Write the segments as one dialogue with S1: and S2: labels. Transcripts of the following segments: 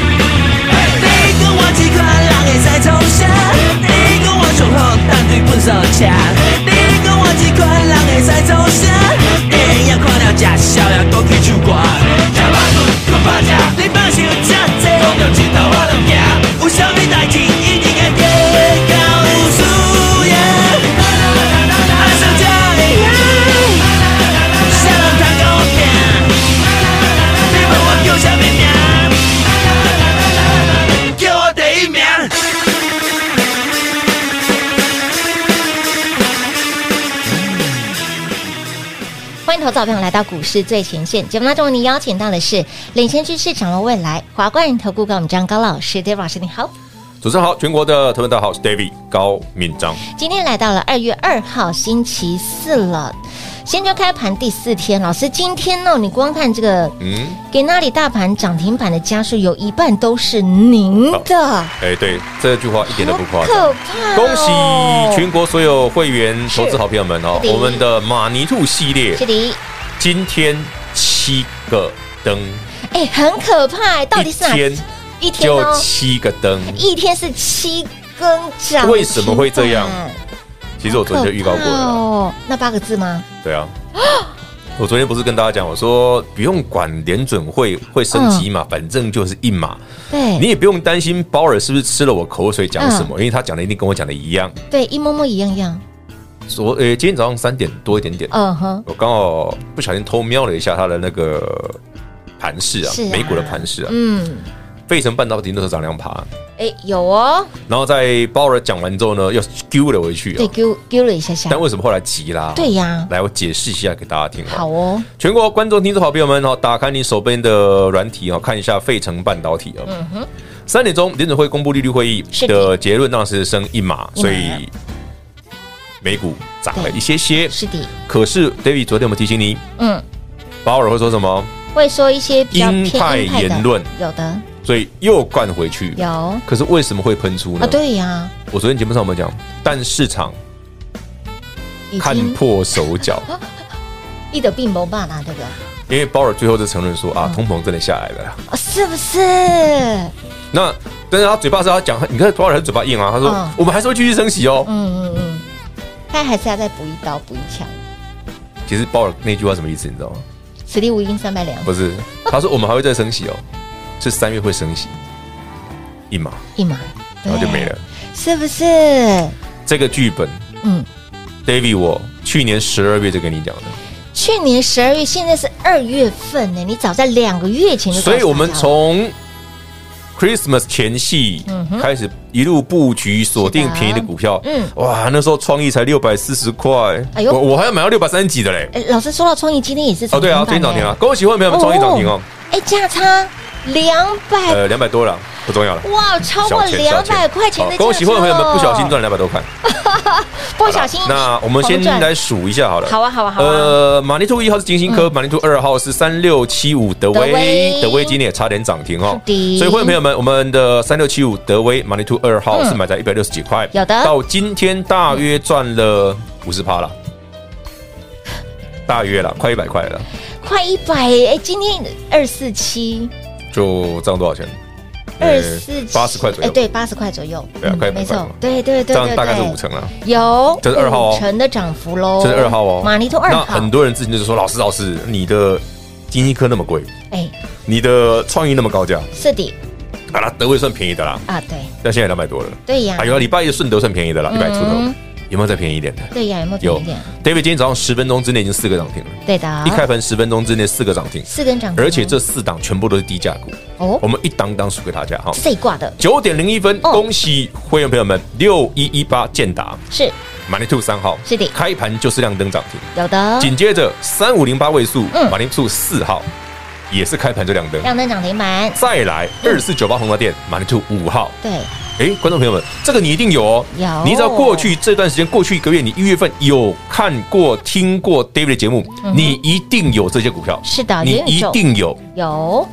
S1: 你讲我这款人会使创啥？你讲我上好，但对粪扫车。你讲我这款人会使创啥？电影看了吃宵夜，讲起唱歌。吃饱困，困饱食，你放想这多，讲到尽头我就行。有啥物代志一定会计较输赢。安怎才会赢？啥人通甲我拼？你问我叫啥物名？叫我第一名。
S2: 欢迎投早朋友来到股市最前线节目当中，你邀请到的是领先知市场的未来华冠投顾高敏章高老师，David 老师你好。
S3: 主持人好，全国的投资大家好，我是 David 高敏章。
S2: 今天来到了二月二号星期四了，先就开盘第四天，老师今天呢、你光看这个
S3: 嗯，
S2: 给那里大盘涨停板的家数，有一半都是您的，
S3: 哎、对，这句话一点都不夸张。
S2: 可哦怕、
S3: 恭喜全国所有会员、
S2: 是
S3: 投资好朋友们哦！
S2: 是的
S3: 我们的马尼兔系列
S2: 这里，
S3: 今天七个灯，
S2: 哎、很可怕、到
S3: 一
S2: 底是哪
S3: 天
S2: 一天
S3: 就
S2: 哦？
S3: 七个灯。
S2: 一天是七根涨停板，
S3: 为什么会这样其实我昨天就预告
S2: 啊
S3: 过
S2: 好可怕
S3: 了啦，
S2: 哦，那八个字吗？
S3: 对啊。我昨天不是跟大家讲，我说不用管联准会会升级
S2: 嗯
S3: 嘛，反正就是一码，
S2: 对，
S3: 你也不用担心鲍尔是不是吃了我口水讲
S2: 嗯
S3: 什么，因为他讲的一定跟我讲的一样。
S2: 对一摸摸一样样，
S3: 昨呃、今天早上三点多一点点，
S2: 嗯哼，
S3: 我刚好不小心偷瞄了一下它的那个盘势啊，
S2: 是啊
S3: 美股的盘势啊，
S2: 嗯，
S3: 费城半导体那时候涨两趴，
S2: 哎，有哦，
S3: 然后在鲍尔讲完之后呢，又丢了回去
S2: 对，
S3: 啊。
S2: 丢丢了一下下
S3: 但，为什么后来急啦？
S2: 对呀
S3: 来我解释一下给大家听
S2: 好
S3: 哦。
S2: 哦，
S3: 全国观众、听众、好朋友们哦，打开你手边的软体哦，看一下费城半导体哦。
S2: 嗯哼，
S3: 三点钟联准会公布利率会议
S2: 是的嗯
S3: 的结论，当时升一码，
S2: 一码
S3: 所以美股涨了一些些。
S2: 是的，
S3: 可是 David 昨天我们提醒你，
S2: 嗯，
S3: 鲍尔会说什么？
S2: 会说一些比较偏
S3: 鹰派
S2: 鹰派的
S3: 言论，
S2: 有的
S3: 所以又灌回去。
S2: 有啊，
S3: 可是为什么会喷出呢？
S2: 对呀、
S3: 我昨天节目上我们讲，但市场
S2: 已
S3: 看
S2: 经
S3: 破手脚，
S2: 一的病谋霸啦，这个
S3: 因为鲍尔最后就承认说
S2: 嗯
S3: 啊，通膨真的下来了啦。
S2: 哦，是不是？
S3: 那但是他嘴巴是他讲，你看鲍尔还是嘴巴硬啊，他说、
S2: 嗯
S3: 我们还是会继续升息哦。
S2: 嗯嗯嗯，他还是要再补一刀补一枪，
S3: 其实鲍尔那句话什么意思，你知道吗？
S2: 此地无银三百两，
S3: 不是，他说我们还会再升息哦，是三月会升息一码，
S2: 一码，
S3: 然后就
S2: 对
S3: 没了，。
S2: 是不是？
S3: 这个剧本
S2: 嗯，
S3: David 我去年十二月就跟你讲的。
S2: 去年十二月，现在是二月份呢，你早在两个月前就告诉
S3: 所
S2: 大家了，
S3: 以我们从 Christmas 前夕
S2: 嗯哼
S3: 开始一路布局，锁定便宜的股票。
S2: 嗯
S3: 哇，那时候创意才六百四十块，
S2: 哎呦
S3: 我我还要买到六百三十几的嘞。
S2: 哎老师说到创意，今天也是
S3: 哦，对啊，今天涨停啊！，恭喜会员朋友们创意涨停哦，
S2: 哎，价差两百
S3: 呃，两百多了，不重要了。
S2: 哇，哦超过
S3: 小钱
S2: 两
S3: 小
S2: 百
S3: 钱
S2: 块钱的哦
S3: 好恭喜会员朋友们不小心赚，两百多块。
S2: 不小心。
S3: 那我们先
S2: 狂赚
S3: 来数一下好了。
S2: 好啊好啊好啊嗯
S3: 呃，马尼兔一号是金星科，马尼兔二号是三六七五德
S2: 德威
S3: 威，德威今天也差点涨停哦。
S2: 是的
S3: 所以，会员朋友们，我们的三六七五德威马尼兔二号
S2: 嗯
S3: 是买在一百六十几块，
S2: 有的
S3: 到今天大约赚了五十趴了。大约了，快一百块了，
S2: 快一百哎，今天二四七，
S3: 就这样多少钱？
S2: 二四哎
S3: 八十块左右，
S2: 对，八十块左右，
S3: 对啊
S2: 嗯
S3: 快100
S2: 没错
S3: 嘛，
S2: 对对
S3: 这
S2: 对
S3: 样
S2: 对，
S3: 大概是
S2: 对
S3: 五，成了，
S2: 有
S3: 这是二号哦
S2: 五成的涨幅喽，
S3: 这是二号哦。
S2: 马尼兔二
S3: 那
S2: 号，
S3: 很多人之前就说，老师老师，你的金星科那么贵，
S2: 哎，
S3: 你的创意那么高价，
S2: 是的
S3: 啊，那德威算便宜的啦，
S2: 啊，对
S3: 但现在两百多了。
S2: 对呀
S3: 哎，呦，礼拜一的顺德算便宜的啦，
S2: 嗯
S3: 一百出头，有没有再便宜一点的？
S2: 对呀，有没有
S3: 有
S2: 便宜一点？。
S3: David 今天早上十分钟之内已经四个涨停了，
S2: 对的，
S3: 一开盘十分钟之内四个涨停，
S2: 四根涨停，
S3: 而且这四档全部都是低价股，
S2: 哦
S3: 我们一档档数给大家哈。
S2: 这一挂的
S3: 九点零一分，
S2: 哦
S3: 恭喜会员朋友们，六一一八建达
S2: 是
S3: 马尼兔三号，
S2: 是的
S3: 开盘就是亮灯涨停。
S2: 有的
S3: 紧接着三五零八位数
S2: 嗯，
S3: 马铃薯四号也是开盘就亮灯。
S2: 亮灯涨停板，
S3: 再来二四九八红华店马铃薯五号，
S2: 对，
S3: 哎，观众朋友们，这个你一定有哦。
S2: 有
S3: 你只要过去这段时间，过去一个月，你一月份有看过、听过 David 的节目，你一定有这些股票。
S2: 嗯是的
S3: 你一定有。
S2: 有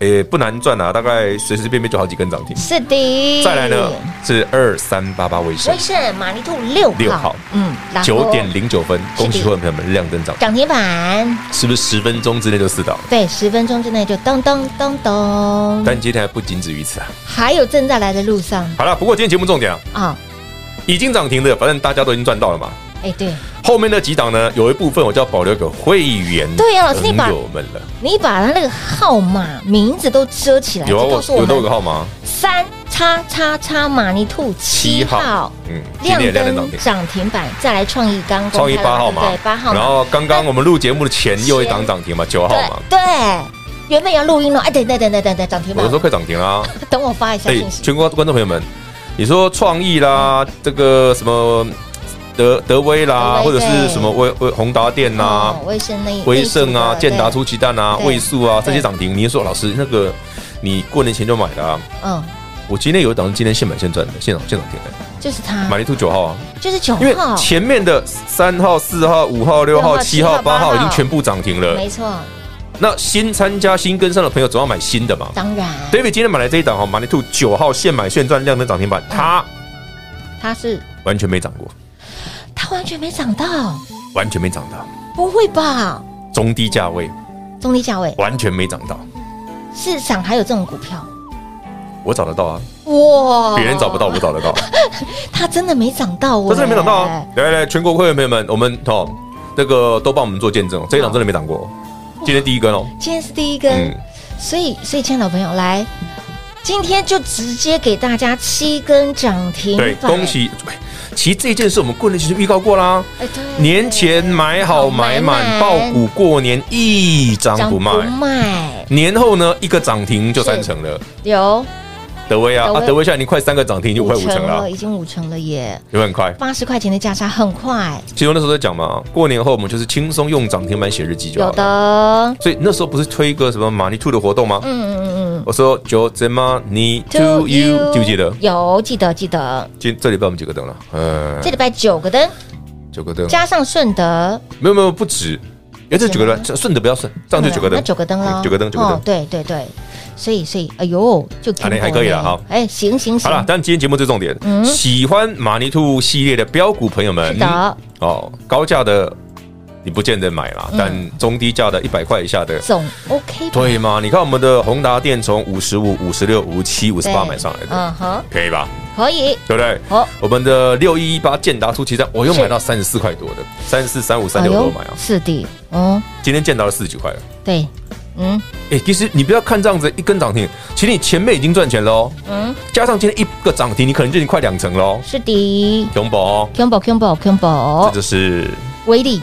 S3: 诶，不难赚啊，大概随随便便就好几根涨停。
S2: 是的。
S3: 再来呢是二三八八卫生
S2: 威，盛马尼兔六
S3: 六号
S2: 嗯，然后
S3: 九点零九分，恭喜
S2: 是的
S3: 会员朋友们亮灯涨停，
S2: 涨停板，
S3: 是不是十分钟之内就四档？
S2: 对，十分钟之内就咚咚咚咚，
S3: 但今天还不仅止于此啊！
S2: 还有正在来的路上
S3: 好了，不过今天节目重点啊，
S2: 啊，
S3: 已经涨停的，反正大家都已经赚到了嘛。
S2: 哎，对
S3: 后面那几档呢，有一部分我就要保留给会员
S2: 对啊老师你把
S3: 朋友们了。
S2: 你把他那个号码名字都遮起来，
S3: 有啊，
S2: 就告
S3: 我
S2: 诉我
S3: 有都有个
S2: 们
S3: 号码，
S2: 三叉叉叉马尼兔七号。
S3: 嗯，今
S2: 亮
S3: 天也亮灯涨
S2: 灯
S3: 停。
S2: 涨停板，再来创意刚公
S3: 创意
S2: 开了
S3: 八号嘛，
S2: 对八号嘛，
S3: 然后刚刚我们录节目的前又一档涨停嘛，九号嘛，
S2: 对对，原本要录音了，哎，等等等等等等，涨停
S3: 我
S2: 板
S3: 就，说快涨停啦！
S2: 等我发一下
S3: 哎
S2: 信，息。
S3: 全国观众朋友们，你说创意啦，这个什么德德威啦，
S2: 德威
S3: 或者是
S2: 对
S3: 什么威威宏达电呐
S2: 哦、威盛那
S3: 威盛啊、健达，
S2: 那一组
S3: 出奇蛋啊、
S2: 对
S3: 位数啊这
S2: 对
S3: 些涨停，你就说老师那个你过年前就买的啊？
S2: 的对嗯，
S3: 我今天有一档是今天现买现赚的，现涨现涨停的，
S2: 就是它
S3: 买，了一兔九号啊，
S2: 就是九
S3: 因为
S2: 号，
S3: 前面的三号、四号、五号、六号、七号、八号已经全部涨停了。
S2: 没错，
S3: 那新参加、新跟上的朋友总要买新的嘛。
S2: 当然，
S3: David 今天买来这一档哈，马尼兔九号现买现赚亮灯涨停板，它
S2: 它是
S3: 完全没涨过，
S2: 它完全没涨到，
S3: 完全没涨到，
S2: 不会吧？
S3: 中低价位
S2: 中低价位
S3: 完全没涨到，
S2: 市场还有这种股票？
S3: 我找得到啊，
S2: 哇，
S3: 别人找不到，我找得 到，
S2: 它真的没涨到，欸
S3: 我真的没涨到啊！！来来，全国会员朋友们，我们哦，那个都帮我们做见证哦，这一档真的没涨过哦，今天第一根哦，
S2: 今天是第一根，
S3: 嗯
S2: 所以所以，亲爱的老朋友，来，今天就直接给大家七根涨停
S3: 对，
S2: 板
S3: 恭！喜。哎其实这件事我们过年前就预告过啦，
S2: 哎对
S3: 年前买好买满，爆股过年一
S2: 涨
S3: 张不
S2: 不
S3: 卖，
S2: 卖，
S3: 年后呢一个涨停就三成了。
S2: 有
S3: 德威啊，
S2: 德
S3: 啊
S2: 威
S3: 德威现在已经快三个涨停，就快五成了
S2: 了，，已经五成了耶！
S3: 有没有很快？
S2: 八十块钱的价差很快，
S3: 其实我那时候在讲嘛，过年后我们就是轻松用涨停板写日记就好
S2: 有
S3: 了。
S2: 的，
S3: 所以那时候不是推一个什么马尼兔的活动吗？
S2: 嗯嗯嗯
S3: 我说就怎么你
S2: To
S3: to you，
S2: you
S3: 记不记得？嗯
S2: 有记得记得，
S3: 今这礼拜我们几个灯了？呃
S2: 这，礼拜九个灯
S3: 嗯九个灯，
S2: 加上顺德，
S3: 没有没有不止，也就九个灯，顺的不要顺，上去九个
S2: 啊那
S3: 灯，嗯
S2: 九个灯喽，
S3: 九个灯，九个
S2: 哦
S3: 灯。
S2: 对对对，所以所以，哎呦，就
S3: 啊那还可以了哈
S2: 哎，行行
S3: 好了
S2: 行，，
S3: 但今天节目最重点，喜欢马尼兔系列的标股朋友们
S2: 嗯是，的，
S3: 哦，高价的你不见得买啦，
S2: 嗯
S3: 但中低价的一百块以下的，
S2: 总 OK 吧？
S3: 对吗？你看我们的宏达电从五十五、五十六、五七、五十八买上来的，
S2: 嗯哼，
S3: 可以吧？
S2: 可以，
S3: 对不对？
S2: 好，
S3: 我们的六一一八建达出奇站，我又
S2: 是
S3: 买到三十四块多的，三四、三五、三
S2: 哎
S3: 六
S2: 呦，
S3: 都买啊。
S2: 是的，哦，
S3: 今天建达了四十九块了。
S2: 对，嗯
S3: 哎，其实你不要看这样子一根涨停，其实你前面已经赚钱喽，
S2: 嗯，
S3: 加上今天一个涨停，你可能就已经快两成喽。
S2: 是的
S3: 熊宝，哦
S2: ，combo combo
S3: 这
S2: combo，
S3: 就是
S2: 威力，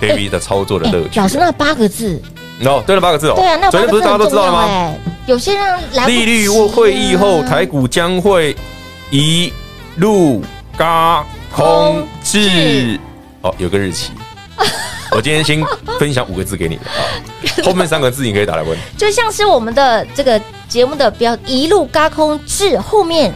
S3: David 的操作的
S2: 哦哎
S3: 乐，趣。
S2: 老师那八个字，
S3: 哦，对了，八个字哦。
S2: 对啊，那
S3: 昨
S2: 八
S3: 天不
S2: 个
S3: 是
S2: 字
S3: 大家
S2: 很
S3: 都知
S2: 重
S3: 道了
S2: 要
S3: 吗？
S2: 哎，有些人来不及
S3: 利
S2: 啊
S3: 率会议
S2: 哎
S3: 后，台股将会一路嘎空
S2: 哎
S3: 至哦，有个 日期。我今天先分享五个字给你啊， 后面三个字你可以打来问。
S2: 就像是我们的这个节目的标一路嘎空至后面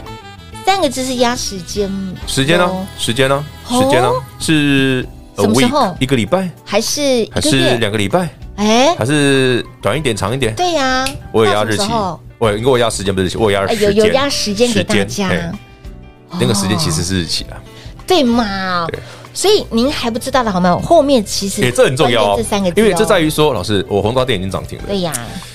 S2: 三个字是压时间，
S3: 时间呢
S2: 哦？
S3: 时间呢？
S2: 哦
S3: 时间呢？是 a
S2: 什么时
S3: week
S2: 候
S3: 一个礼拜，
S2: 还是一
S3: 还
S2: 个
S3: 是
S2: 月？
S3: 两个礼拜，
S2: 哎，
S3: 还是短一点、长一点？
S2: 对呀，
S3: 我也
S2: 那
S3: 压
S2: 什么
S3: 日
S2: 时
S3: 期
S2: 候，
S3: 我也因为我压时间不是日期，我也压
S2: 哎
S3: 时
S2: 有
S3: 间。
S2: 有压时间给大
S3: 时间
S2: 家
S3: 嘿，那个时间其
S2: 哦
S3: 实是日期啊。
S2: 对嘛
S3: 对？
S2: 所以您还不知道的好吗？后面其实
S3: 也、这很重
S2: 关
S3: 要哦，
S2: 键这三个字、
S3: 因为这在
S2: 于
S3: 于说，老师，我宏达店已经涨停了，
S2: 对呀，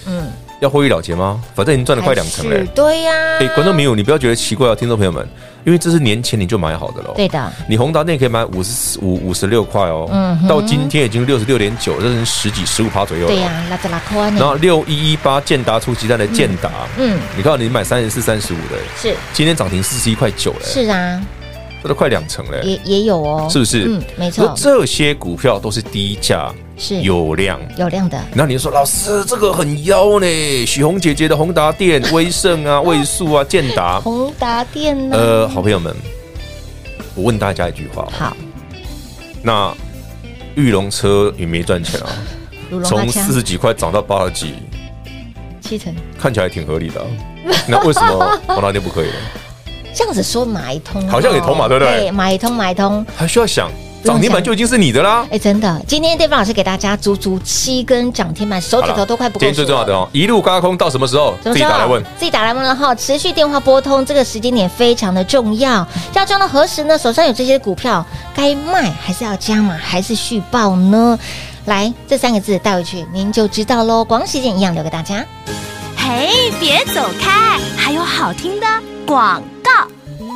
S2: 嗯，
S3: 要获利了结吗？反正已经赚了快两成了、
S2: 还是对呀，
S3: 哎、观众朋友，你不要觉得奇怪哦，听众朋友们，因为这是年前你就买好的喽。哦
S2: 对的，
S3: 你宏达店可以买五十五五十六块哦，
S2: 嗯哼
S3: 到今天已经六十六点九，这是十几十五趴左右了。
S2: 对呀，拉着拉扣啊，
S3: 然后
S2: 呢，
S3: 六一一八建达出奇蛋的建达，
S2: 嗯，
S3: 你看你买三十四、三十五的，
S2: 是
S3: 今天涨停四十一块九嘞，
S2: 是啊，
S3: 这都快两成嘞。
S2: 也也有哦，
S3: 是不是
S2: 嗯，没
S3: 所以
S2: 错，
S3: 这些股票都是低价
S2: 是
S3: 有量，
S2: 有量的，
S3: 那你就说老师这个很妖呢，许红姐姐的宏达店、 威盛啊、位数啊、建达，
S2: 宏达电呢，
S3: 呃，好朋友们，我问大家一句话哦，
S2: 好，
S3: 那玉龙车也没赚钱啊，
S2: 如龙八啊
S3: 从
S2: 枪
S3: 四十几块涨到八十几，
S2: 七成，
S3: 看起来挺合理 的啊、那为什么 黄大店不可以呢？
S2: 这样子说买一通，哦
S3: 好像也通嘛对不对
S2: 对，买一通，买一通。
S3: 还需要想涨停板就已经是你的啦。
S2: 哎，真的，今天对方老师给大家足足七根涨停板，手
S3: 好
S2: 指
S3: 了
S2: 哎头都快不
S3: 今
S2: 够
S3: 天
S2: 数
S3: 最重要
S2: 了。
S3: 的哦，一路高空到什么时候？
S2: 怎
S3: 自
S2: 么
S3: 己
S2: 知道
S3: 打来问。
S2: 自己打来问了哈。持续电话拨通，这个时间点非常的重要。要赚到何时呢？手上有这些股票，该卖还是要加码，还是续报呢？来，这三个字带回去，您就知道喽。广喜姐一样留给大家。
S4: 嘿，别走开，还有好听的广告。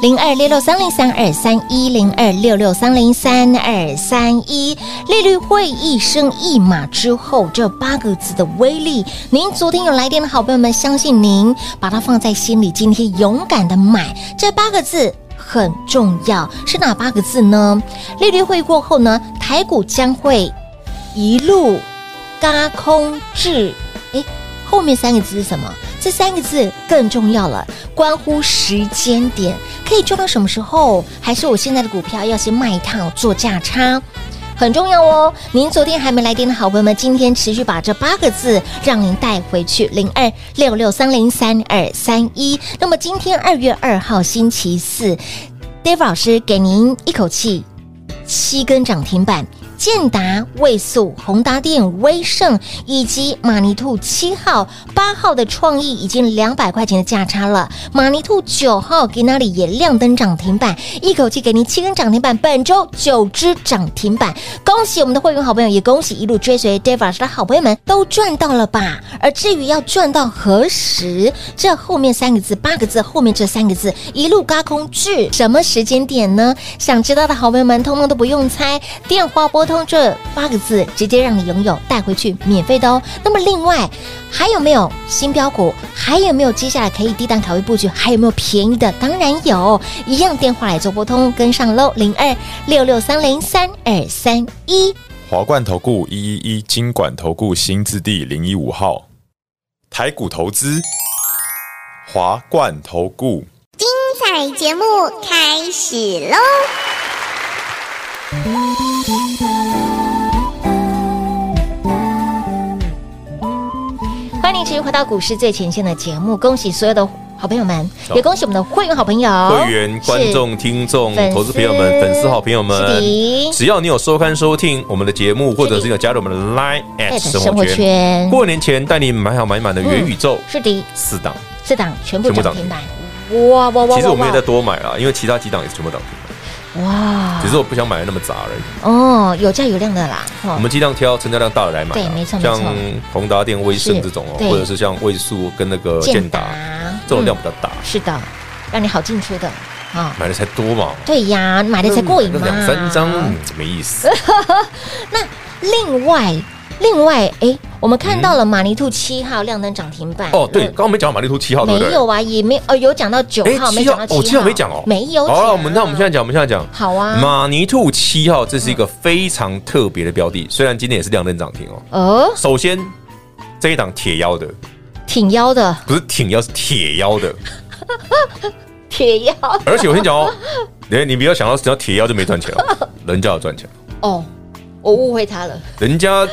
S2: 零二六六三零三二三一零二六六三零三二三一，利率会一升一码之后，这八个字的威力，您昨天有来电的好朋友们，相信您把它放在心里，今天勇敢的买这八个字。很重要是哪八个字呢？利率会过后呢，台股将会一路嘎空至，诶，后面三个字是什么？这三个字更重要了，关乎时间点，可以赚到什么时候？还是我现在的股票要先卖一趟做价差？很重要哦！您昨天还没来电的好朋友们，今天持续把这八个字让您带回去，零二六六三零三二三一。那么今天二月二号星期四，Dave 老师给您一口气七根涨停板，建达、卫素、宏达电、威盛以及马尼兔七号、八号的创意已经两百块钱的价差了，马尼兔九号给那里也亮灯涨停板，一口气给您七根涨停板，本周九只涨停板，恭喜我们的会员好朋友，也恭喜一路追随 Dave 老师的好朋友们都赚到了吧？而至于要赚到何时，这后面三个字、八个字后面这三个字一路嘎空至什么时间点呢？想知道的好朋友们，通通都不用猜，电话拨通这八个字，直接让你拥有带回去免费的哦。那么另外还有没有新标股？还有没有接下来可以低档卡位布局？还有没有便宜的？当然有，一样电话来做拨通，跟上喽，零二六六三零三二三一。
S5: 华冠投顾一一一金管投顾新字第零一五号，台股投资，华冠投顾。
S6: 彩节目开始喽！
S2: 欢迎您持续回到股市最前线的节目，恭喜所有的好朋友们，也恭喜我们的会员好朋友、
S3: 会员、观众、听众
S2: 粉、丝
S3: 投资朋友们、粉丝好朋友
S2: 是
S3: 们
S2: 的，
S3: 只要你有收看、收听我们的节目，或者是有加入我们的 Line at
S2: 是的
S3: 生活
S2: 生活
S3: 圈
S2: 圈，
S3: 过年前带你买好买满的元宇宙
S2: 是的，
S3: 四档，
S2: 四档全部
S3: 全部
S2: 涨
S3: 涨
S2: 停板，哇哇哇！
S3: 其实我没有
S2: 哇啊
S3: 再多买啊，因为其他几档也是全部涨停板，
S2: 哇
S3: 只是我不想买的那么杂而已。
S2: 哦，有价有量的啦，哦
S3: 我们尽量挑成交量大的来买啊，
S2: 对没错没错
S3: 像宏达电、威盛这种
S2: 是，
S3: 哦
S2: 对
S3: 或者是像位数跟那个
S2: 建
S3: 建达
S2: 达嗯
S3: 这种量比较大，
S2: 是的，让你好进出的啊。
S3: 买的才多嘛，
S2: 对呀，买的才过瘾嘛，
S3: 那嗯两三张嗯没意思，
S2: 另外，另外，哎，我们看到了马尼兔七号亮灯涨停板。
S3: 嗯哦， 对，
S2: 嗯
S3: 刚刚没讲马力图七号，对不
S2: 没
S3: 对？
S2: 有啊，也没哦，有讲到九
S3: 哎，
S2: 号，没
S3: 七
S2: 讲
S3: 号
S2: 到，
S3: 哦，
S2: 七
S3: 七
S2: 号
S3: 号没讲哦，
S2: 没有讲。
S3: 好了，我们那我们现在讲，我们现在讲。
S2: 好啊，
S3: 马尼兔七号，这是一个非常特别的标的，虽然今天也是亮灯涨停哦。
S2: 哦，
S3: 首先，这一档铁腰的
S2: 挺腰的，
S3: 不是挺腰，是铁 腰的，
S2: 铁腰
S3: 而且我先讲哦，你你不要想到只要铁腰就没赚钱 哦，人家有赚钱，
S2: 哦，我误会他了。
S3: 人家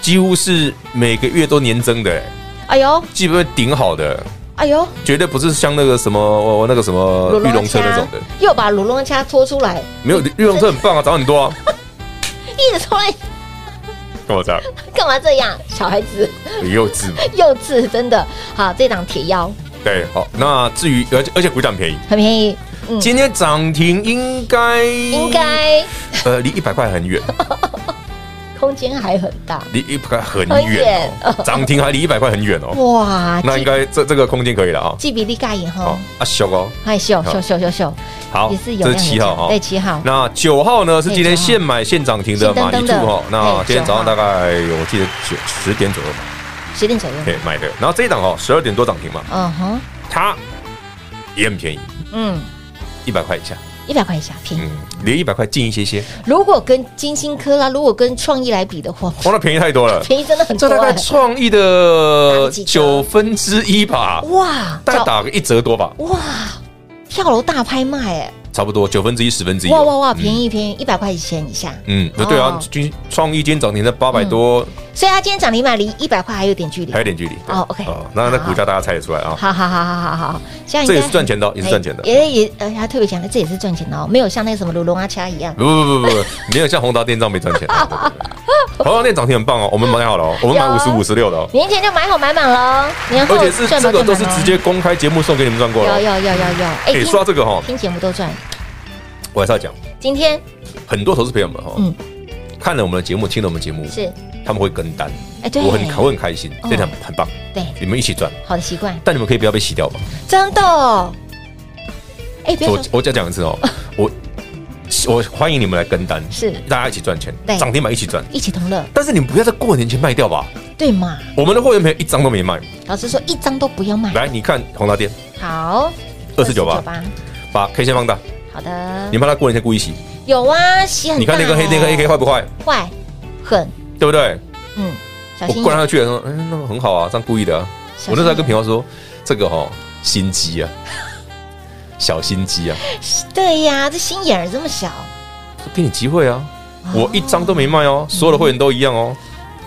S3: 几乎是每个月都年增的，哎
S2: 哎呦，
S3: 基本上顶好的，
S2: 哎呦，
S3: 绝对不是像那个什么那个什么呃玉龙车那种的，
S2: 又把鲁龙掐拖出来，
S3: 没有玉龙车很 棒啊，涨很多啊，
S2: 一直拖来，
S3: 干嘛这样？
S2: 干嘛这样？小孩子
S3: 很幼稚嘛。
S2: 幼稚，真的。好，这档铁腰
S3: 对，好，那至于而且而且股涨便宜，
S2: 很便宜，嗯，
S3: 今天涨停应该
S2: 应
S3: 应
S2: 该
S3: 呃离一百块很远，
S2: 空间还很大。
S3: 离一百块很
S2: 很
S3: 远
S2: 远嗯
S3: 哦，涨停还离一百块很远哦，
S2: 哇，
S3: 那应该这这个空间可以了啊。
S2: 记比例尬赢
S3: 好
S2: 哈，
S3: 啊，小高
S2: 哎，秀
S3: 好
S2: 秀秀秀秀，
S3: 好，
S2: 嗯也是有
S3: 这是七
S2: 对
S3: 号哈。
S2: 哎七号，
S3: 那九号呢是今
S2: 哎
S3: 天
S2: 九号
S3: 现买现涨停的马
S2: 新
S3: 尼兔
S2: 登登
S3: 哈
S2: 的，
S3: 那
S2: 哎
S3: 今天早上
S2: 九号
S3: 大概我记得九十点左右吧，
S2: 十点左右，
S3: 对买的。然后这一档哦十二点多涨停嘛，
S2: 嗯哼，
S3: 它也很便宜，
S2: 嗯，
S3: 一百块以下，
S2: 一百块以下便宜。
S3: 嗯，离一百块近一些些，
S2: 如果跟金星科啦，如果跟创意来比的 话，
S3: 哇，那便宜太多了。
S2: 便宜真的很多
S3: 这大概
S2: 哎。
S3: 创意
S2: 打
S3: 的
S2: 几折
S3: 九分之一吧，
S2: 哇，
S3: 大概
S2: 找
S3: 打个一折多吧。
S2: 哇，跳楼大拍卖哎，
S3: 差不多九分之一、十分之一哦。
S2: 哇哇哇，便宜便宜，一百块钱以下。
S3: 嗯，那对啊
S2: 哦，
S3: 今创意今天涨停在八百多，
S2: 所以它今天涨停板离一百块还有点距离
S3: 还。有点距离。对
S2: 哦，OK
S3: 那那
S2: 好
S3: 股价大家猜得出来啊。
S2: 好好好好好好，这样应该
S3: 这也是赚钱的哦，也是赚钱的
S2: 哎。也也呃，他特别讲的，这也是赚钱的哦，没有像那个什么卢龙阿掐一样。
S3: 不不不不， 不，没有像宏达电这样没赚钱。啊 对对对宏达电涨停很棒哦，我们买好了哦，我们买
S2: 有
S3: 五十五十六的哦，
S2: 年前就买好买满喽，年后
S3: 而且是
S2: 赚
S3: 这
S2: 饱
S3: 个
S2: 赚满
S3: 都是
S2: 喽
S3: 直接公开节目送给你们赚过
S2: 有
S3: 了
S2: 有
S3: 哦。
S2: 有有有，哎
S3: 哎，刷这个哈，
S2: 听节目都赚。
S3: 我还是要讲，
S2: 今天
S3: 很多投资朋友们哈
S2: 嗯，
S3: 看了我们的节目，听了我们节目，
S2: 是
S3: 他们会跟单，
S2: 哎对
S3: 我很我很开心，
S2: 哦
S3: 真的很很棒，
S2: 对
S3: 你们一起赚，
S2: 好的习惯，
S3: 但你们可以不要被洗掉吧。
S2: 真的哦。哎，别
S3: 我
S2: 说，
S3: 我再讲 一次哦，我我欢迎你们来跟单，
S2: 是
S3: 大家一起赚钱
S2: 对，
S3: 涨停板一起赚。
S2: 一起同乐，
S3: 但是你们不要在过年前卖掉吧，
S2: 对嘛？
S3: 我们的会员朋友一张都没卖。
S2: 老师说一张都不要卖。
S3: 来，你看宏达电
S2: 好，
S3: 二四九八，
S2: 八，
S3: 把 K 线放大，
S2: 好的
S3: 你。怕它过年前故意洗？
S2: 有啊，洗很大哦。
S3: 你看那个黑那个 A K 坏不坏？
S2: 坏，很，
S3: 对不对？
S2: 嗯，小
S3: 我
S2: 心
S3: 灌上去的时候，嗯，那个很好啊，这样故意的啊。
S2: 小心
S3: 我那时候还跟平浩说，这个哈心 机啊，小心机啊，
S2: 对呀，这心眼儿这么小，
S3: 给你机会啊，我一张都没卖
S2: 嗯
S3: 哦，所有的会员都一样哦。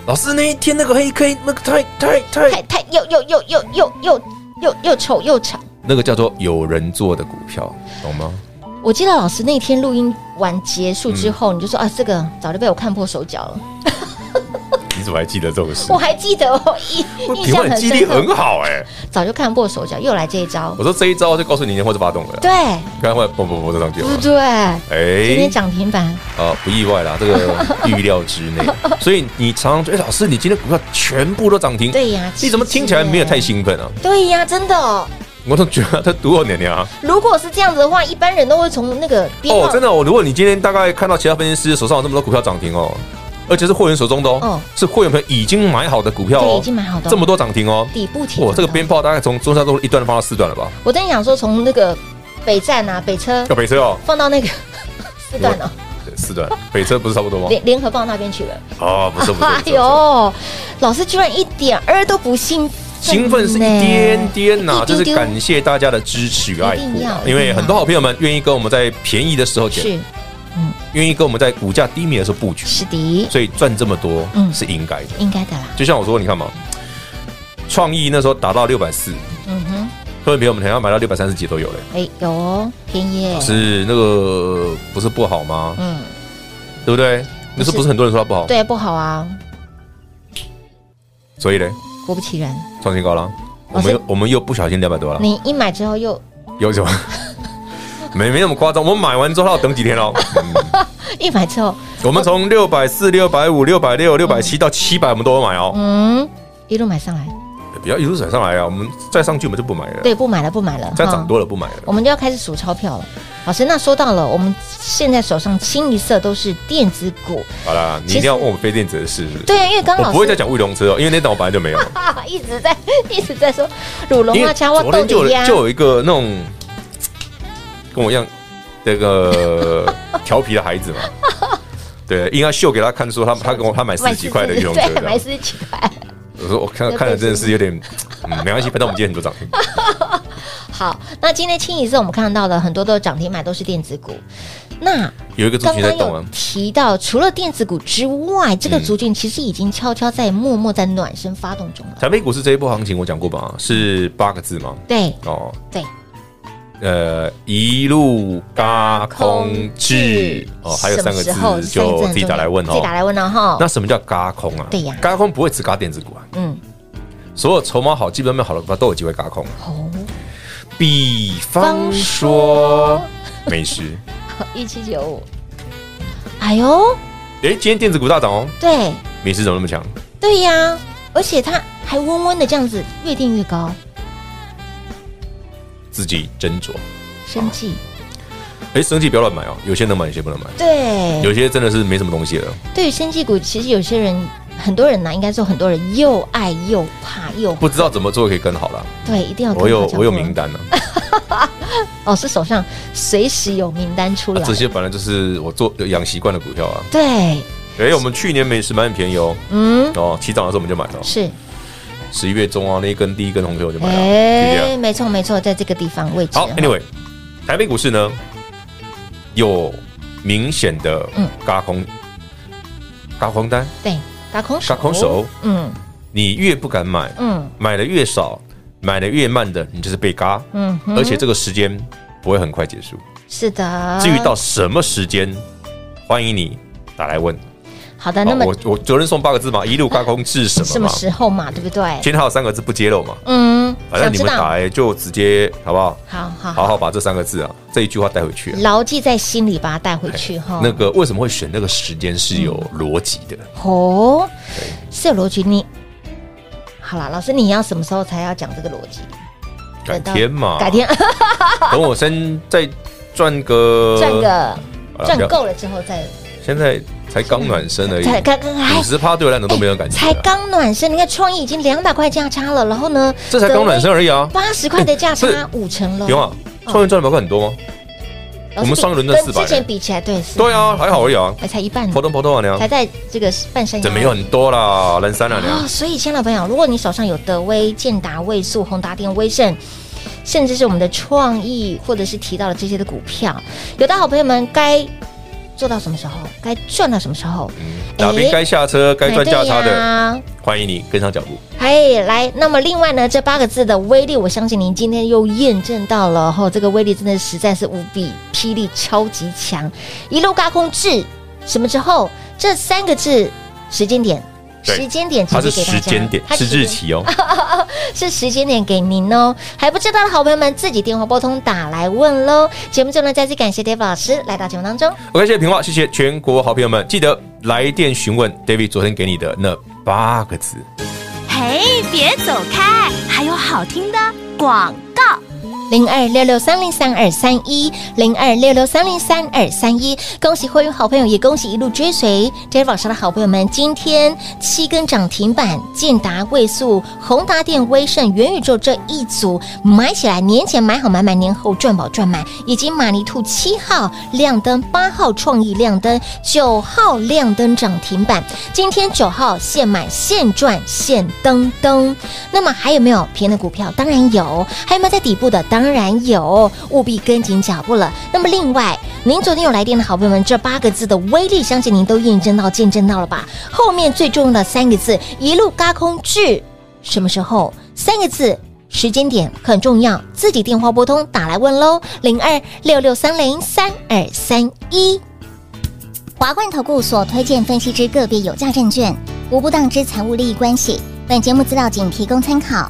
S3: 老师那一天那个黑 K 那个太太
S2: 太
S3: 太，
S2: 太又又又又又又又又丑又吵。
S3: 那个叫做有人做的股票，懂吗？
S2: 我记得老师那天录音完结束之后，你就说啊，这个早就被我看破手脚了。
S3: 你怎么还记得这种事
S2: 我？还记得哦，印印
S3: 平浩
S2: 象
S3: 你
S2: 很
S3: 记忆力
S2: 深刻，
S3: 很好哎，
S2: 早就看破手脚，又来这一招
S3: 我，说这一招就告诉你年后就发动了，
S2: 对
S3: 刚才蹦蹦蹦就上去
S2: 对不
S3: 了。
S2: 对？今
S3: 哎
S2: 天，涨停板，
S3: 啊，不意外啦，这个预料之 内。所以你常常觉得，哎，老师，你今天股票全部都涨停，
S2: 对呀
S3: 你怎么听起来没有太兴奋啊？
S2: 对呀，真的哦。
S3: 我都觉得他读我娘娘啊！
S2: 如果是这样子的话，一般人都会从那个编
S3: 哦
S2: 号，
S3: 真的哦，如果你今天大概看到其他分析师手上有这么多股票涨停哦，而且是会员手中的
S2: 哦
S3: 哦，是会员朋友已经买好的股票
S2: 对，
S3: 哦
S2: 已，经买好的哦
S3: 这么多涨停哦，
S2: 底部停。
S3: 哇，这个鞭炮大概从中山东路一段放到四 段了吧？
S2: 我跟你讲说，从那个北站啊，北车
S3: 要北车哦，
S2: 放到 那个四段哦，
S3: 对四段，北车不是差不多吗？
S2: 联联合报那边去了。
S3: 哦，不是不 是，
S2: 哎
S3: 不是
S2: 呦，老师居然一点儿都不兴奋呢，
S3: 兴奋是一点点呐、
S2: 一
S3: 就
S2: 丢
S3: 是
S2: 丢
S3: 感谢大家的支持与爱
S2: 一定
S3: 护、
S2: 要，
S3: 啊因
S2: 一定
S3: 为
S2: 要
S3: 很多好朋友们愿意跟我们在便宜的时候捡，
S2: 是
S3: 愿意跟我们在股价低迷的时候布局，
S2: 是的，
S3: 所以赚这么多
S2: 嗯
S3: 是应该的。
S2: 应该的啦。
S3: 就像我说，你看嘛，创意那时候打到六百四，
S2: 嗯哼，
S3: 各位朋友们，可能要买到六百三十几都有嘞，
S2: 哎，有哦，便宜耶。
S3: 是那个不是不好吗？
S2: 嗯，
S3: 对不对？那时候不是很多人说它不好，
S2: 对，不好啊，
S3: 所以嘞，
S2: 果不其然，
S3: 创新高了，我
S2: 哦所
S3: 们
S2: 以
S3: 又我们又不小心两百多了，
S2: 你一买之后又
S3: 有什么？没没那么夸张，我们买完之后要等几天哦。嗯
S2: 一买之后，
S3: 我们从六百四、六百五、六百六、六百七到七百，我们都有买哦。
S2: 嗯，一路买上来，
S3: 不要一路甩上来啊！我们再上去我们就不买了。，
S2: 对，嗯不买了，不买了，
S3: 再
S2: 哈
S3: 涨多了不买了。
S2: 我们就要开始数钞票了。老师，那说到了，我们现在手上清一色都是电子股，
S3: 好啦，你
S2: 其实
S3: 一定要问我们非电子的事。是不是
S2: 对啊，因为刚刚
S3: 我
S2: 老
S3: 不会再
S2: 师
S3: 讲卫龙车哦，因为那档我本来就没有。
S2: 啊 一直在一直在说乳龙
S3: 因
S2: 啊、
S3: 为
S2: 强化
S3: 昨
S2: 豆
S3: 天就
S2: 底呀
S3: 有，就有一个那种跟我一样那个调皮的孩子嘛， 对，应该秀给他看说他他跟我他买四十几块的
S2: 买
S3: 运
S2: 四
S3: 动
S2: 十
S3: 车
S2: 对，
S3: 这
S2: 买
S3: 样。
S2: 四十几块。
S3: 我说我看看了真的是有点，嗯，没关系，反正我们今天很多涨停。
S2: 好，那今天清一色我们看到了很多的涨停板都是电子股，那
S3: 有一个族
S2: 刚
S3: 群在
S2: 刚
S3: 动啊
S2: 有，提到，除了电子股之外，这个
S3: 嗯
S2: 族群其实已经悄悄在默默在暖身发动中了。
S3: 台北股市这一波行情，我讲过吧，是八个字吗？
S2: 对
S3: 哦，
S2: 对，
S3: 呃，一路嘎空至哦，还有三个
S2: 什么时候
S3: 字就自己打来问
S2: 自己打
S3: 哦。
S2: 来问哦哈。
S3: 那什么叫嘎空啊？
S2: 对呀
S3: 嘎空不会只嘎电子股啊，
S2: 嗯，
S3: 所有筹码好、基本面好的股票都有机会嘎空。
S2: 哦，
S3: 比方说美食，
S2: 一七九五，哎呦，
S3: 哎，今天电子股大涨哦，
S2: 对
S3: 美食怎么那么强？
S2: 对呀，而且它还温温的这样子，越定越高，
S3: 自己斟酌。
S2: 生气。
S3: 哎，生气不要乱买哦，有些能买，有些不能买，
S2: 对，
S3: 有些真的是没什么东西了。
S2: 对于生气股，其实有些人，很多人呐、应该说很多人又爱又怕又
S3: 不知道怎么做可以更好了，
S2: 对，一哦定要跟
S3: 我有
S2: 他讲
S3: 我有
S2: 过
S3: 名单呢、啊
S2: 老师手上随时有名单出
S3: 啊
S2: 来。
S3: 这些本来就是我做有养习惯的股票啊。
S2: 对，
S3: 哎、我们去年美食买很便宜哦，
S2: 嗯，
S3: 哦，起涨的时候我们就买了哦，
S2: 是，
S3: 十一月中啊，那一根第一根红 K 我就买了，就这啊
S2: 哎、
S3: 样。
S2: 没错没错，在这个地方位置。啊
S3: 好，Anyway，台北股市呢，有明显的
S2: 嗯
S3: 嘎空、嘎空单、
S2: 对，打空手，
S3: 嘎空手，
S2: 嗯
S3: 你越不敢买，
S2: 嗯
S3: 买的越少，买的越慢的，你就是被嘎，
S2: 嗯哼，
S3: 而且这个时间不会很快结束。
S2: 是的，
S3: 至于到什么时间，欢迎你打来问。
S2: 好的，
S3: 好
S2: 那么
S3: 哦我我昨天送八个字嘛，一路嘎空至什
S2: 什
S3: 么
S2: 么
S3: 嘛？
S2: 时候嘛，对不对？
S3: 编号三个字不揭露嘛，
S2: 嗯，
S3: 反正
S2: 想
S3: 你
S2: 知
S3: 们打
S2: 道，
S3: 来就直接好不好？
S2: 好好
S3: 好
S2: 好，
S3: 好把这三个字啊，这一句话带回去啊、
S2: 牢记在心里，把它带回去哈。
S3: 哎那个为什么会选那个时间是有逻辑的？
S2: 哦，是有逻辑。你好了，老师，你要什么时候才要讲这个逻辑？
S3: 改天嘛，
S2: 改天
S3: 等我先再赚个
S2: 赚个
S3: 好了
S2: 赚
S3: 啊不要
S2: 够了之后再
S3: 现在才刚暖身而已，
S2: 才刚刚还
S3: 五十哎趴对我来讲都没有感觉、
S2: 才
S3: 啊，
S2: 刚暖身，你看创意已经两百块价差了，然后呢，
S3: 这才刚暖身而已啊。
S2: 八十块的价
S3: 哎
S2: 差五成喽。
S3: 有啊，
S2: 嗯
S3: 创业赚了百块很多吗？
S2: 老师比，
S3: 我们上一轮赚
S2: 跟
S3: 400
S2: 之前比起来，对是，
S3: 对啊，还好而已啊，
S2: 哎，才一半，
S3: 跑动跑动啊娘
S2: 才，在这个半山腰，
S3: 这没有很多啦，人三啊
S2: 哦，
S3: 娘，
S2: 所以，亲爱的朋友，如果你手上有德威、健达、位数、宏达电、威盛，甚至是我们的创意，或者是提到了这些的股票，有的好朋友们该做到什么时候，该赚到什么时候，
S3: 嗯哪边该下车该赚价差
S2: 哎对
S3: 的，
S2: 呀
S3: 欢迎你跟上脚步。
S2: 哎，来，那么另外呢，这八个字的威力，我相信您今天又验证到了吼，这个威力真的实在是无比，霹雳超级强，一路高空至什么之后，这三个字时间点。
S3: 对
S2: 时间点直
S3: 它
S2: 接
S3: 是
S2: 给大家，
S3: 时间点，
S2: 它
S3: 是日期哦。
S2: 是时间点给您哦。还不知道的好朋友们，自己电话拨通打来问喽。节目最后呢，再次感谢 Dave 老师来到节目当中。
S3: OK，谢谢平话，谢谢全国好朋友们，记得来电询问 David 昨天给你的那八个字。
S4: 嘿，别走开，还有好听的广告。
S2: 零二六六三零三二三一，零二六六三零三二三一。恭喜会员好朋友，也恭喜一路追随 j e f 老师的好朋友们。今天七根涨停板，建达、位数、宏达电、威盛、元宇宙这一组买起来，年前买好买满，年后赚饱赚满。以及马尼兔七号亮灯，八号创意亮灯，九号亮灯涨停板。今天九号现买现赚现登登。那么还有没有便宜的股票？当然有，还有没有在底部的？当然有，务必跟紧脚步了。那么另外，您昨天有来电的好朋友们，这八个字的威力，相信您都验证到、见证到了吧？后面最重要的三个字，一路嘎空至什么时候？三个字。时间点很重要，自己电话拨通打来问喽，零二六六三零三二三一。
S6: 华冠投顾所推荐分析之个别有价证券，无不当之财务利益关系。本节目资料仅提供参考，